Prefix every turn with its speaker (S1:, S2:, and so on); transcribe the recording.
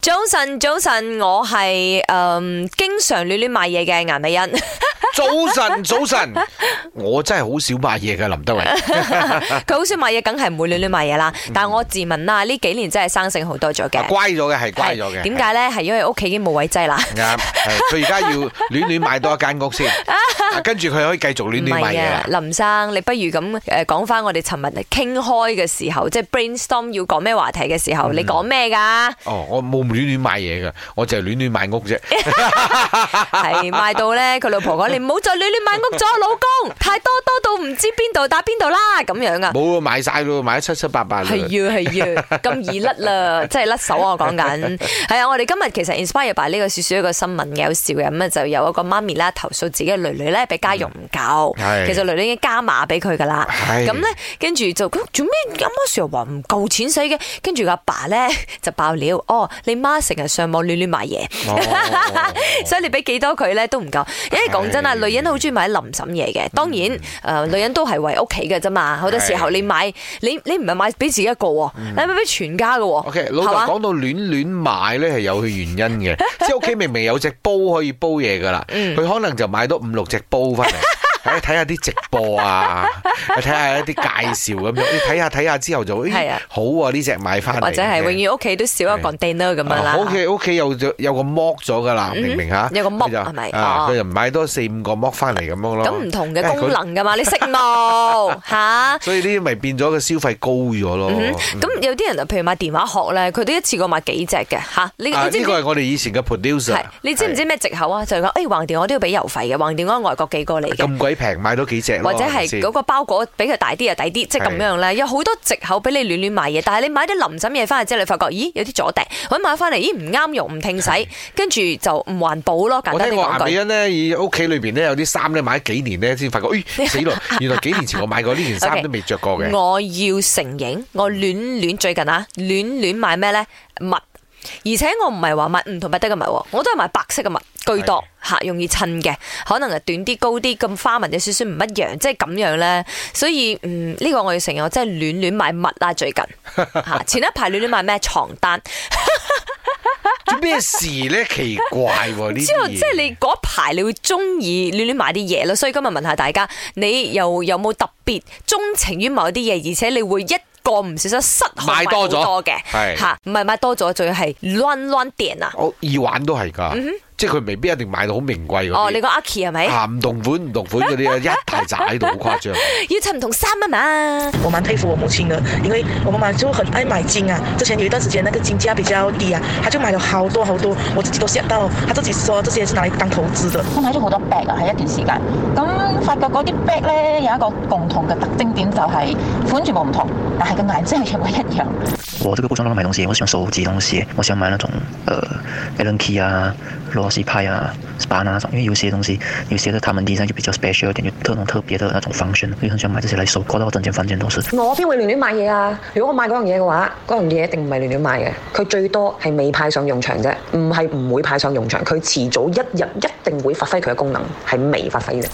S1: 早晨，早晨，我係诶、嗯經常亂亂買嘢嘅顏 美欣。
S2: 早晨，早晨，我真係好少買嘢嘅，林 德榮。
S1: 佢好少買嘢，梗係唔會亂亂買嘢啦。
S2: 嗯
S1: 但系我自問啦，呢幾年真係生性好多咗嘅。
S2: 乖咗嘅係乖啊咗嘅。
S1: 係點解咧？係因為屋企已經冇位擠啦。
S2: 係？啱，係佢而家要 亂亂買多一間屋先，啊跟住佢可以繼續亂亂買
S1: 唔係
S2: 嘢
S1: 啊
S2: 啦。，
S1: 林生，你不如咁诶講翻我哋尋日傾開嘅時候，即係 brainstorm 要講咩話題嘅時候，
S2: 嗯
S1: 你講咩 㗎？
S2: 哦，我冇亂亂買嘢嘅，我就係亂亂買屋啫。
S1: 係賣到咧，佢老婆講：你唔好再亂亂買屋咗，老公太多多到唔知邊度打邊度啦，咁樣啊。
S2: 冇啊，買晒咯，買得七七八八啦。
S1: 係要係 要，咁易甩啦，即係甩手啊我講緊。係啊，我哋今日其實 inspire by 呢個少少一個新聞嘅，好笑嘅咁啊，就有一個媽咪啦投訴自己嘅女女咧俾家用唔夠，
S2: 嗯係
S1: 其實女女已經加碼俾佢噶啦。
S2: 係
S1: 咁咧，跟住就佢做咩阿媽成日話唔夠錢使嘅，跟住阿爸咧就爆料，哦，你媽成日上網亂亂買嘢。
S2: 哦
S1: 所以你俾幾多佢咧都唔夠，因為講真啊，
S2: 係嗯
S1: 女人好中意買林沈嘢嘅。當然，誒、女人都係為屋企嘅啫嘛。好多時候
S2: 係嗯
S1: 你買，你你唔係買俾自己一個喎，你係買俾全家嘅喎。
S2: OK，老豆
S1: 係嘛
S2: 講到亂亂買咧係有佢原因 嘅，即係屋企明明有隻煲可以煲嘢噶啦，
S1: 嗯
S2: 佢可能就買多五六隻煲翻嚟。 哎睇睇下啲直播啊，睇下一啲介紹咁樣，你睇下睇下之後就，咦
S1: 係啊
S2: 好啊呢隻買翻嚟嘅，
S1: 或者係永遠屋企都少一個 container 咁樣啦。
S2: 哦屋企屋企有咗有個剝咗噶啦，
S1: 嗯哼
S2: 明明嚇
S1: 有個剝
S2: 佢就
S1: 係咪
S2: 啊
S1: 哦
S2: 佢就買多四五個剝翻嚟咁樣咯。
S1: 咁唔同嘅
S2: 因為佢哦
S1: 功能噶嘛，你識冇 吓？
S2: 所以呢啲咪變咗個消費高咗咯。
S1: 嗯哼咁有啲人啊譬如買電話殼咧，佢都一次過買幾隻嘅吓。你
S2: 啊
S1: 你知唔知
S2: 呢啊個係我哋以前嘅 producer
S1: 係。你知唔知咩藉口啊？就係講誒橫掂我都要俾郵費嘅，橫掂我喺外國寄過嚟嘅。
S2: 咁鬼平買多幾隻咯
S1: 或者
S2: 係咪
S1: 係
S2: 先
S1: 嗰個包裹比佢大啲又啊抵啲，即係咁樣咧，有好多藉口俾你亂亂買嘢。但係你買啲林枕嘢翻嚟之後，你發覺咦有啲阻掟，揾買翻嚟咦唔啱用唔聽使，跟住就唔環保咯。簡
S2: 我
S1: 單啲
S2: 聽過顏
S1: 講
S2: 美
S1: 句。
S2: 欣咧，以屋企裏邊咧有啲衫咧買咗幾年咧，先發覺，咦死咯！原來幾年前我買過呢件
S1: OK
S2: 衫都未着過 嘅。
S1: 我要承認，我亂亂最近啊，亂亂買咩咧襪，而且我唔係話買唔同物得嘅襪喎，我都係買白色嘅襪居多嚇，容易襯嘅，可能係短啲、高啲，咁花紋有少少唔一樣，即係咁樣咧。所以嗯，呢、個我要承認，我真係亂亂買襪啦，最近嚇前一排亂亂買咩床單，
S2: 做咩事咧？奇怪喎呢啲嘢。
S1: 之後即係你嗰排你會中意亂亂買啲嘢咯。所以今日問下大家，你又有冇特別鍾情於某啲嘢，而且你會一個唔小心失控
S2: 買多咗
S1: 買好多嘅？
S2: 係
S1: 吓，唔係買多咗，仲要係亂亂電啊！
S2: 我哦耳環都係㗎，即係佢未必一定買到好名貴
S1: 嗯哦，
S2: 嗰
S1: 你
S2: 啲。
S1: 個 Aki 係咪？
S2: 啊，唔同款唔同款嗰啲啊，一大扎喺度，好誇張。
S1: 要襯唔同衫啊嘛！
S3: 我蛮佩服我母亲的，因为我妈妈就很爱买金啊。之前有一段时间那个金价比较低啊，她就买了好多好多，我自己都吓到。她自己说这些是拿来当投资的。
S4: 我買咗好多 bag 啊，喺一段時間。咁發覺嗰啲 bag 咧有一個共同嘅特徵點，就係、款全部唔同，但係個顏色係全部一樣。
S5: 我这个不喜欢乱买东西，我喜欢收集东西，我喜欢买那种呃 Allen key 啊、罗西派啊、Span 啊那种，因为有些东西，有些的他们 design 就比较 special 一点，有特种特别的那种 function，我就很喜欢买这些来收，搞到我整间房间都是。
S6: 我邊會亂亂買嘢啊！如果我買嗰樣嘢嘅話，嗰樣嘢一定唔係亂亂買嘅，佢最多係未派上用場啫，唔係唔會派上用場，佢遲早一日一定會發揮佢嘅功能，係未發揮嘅。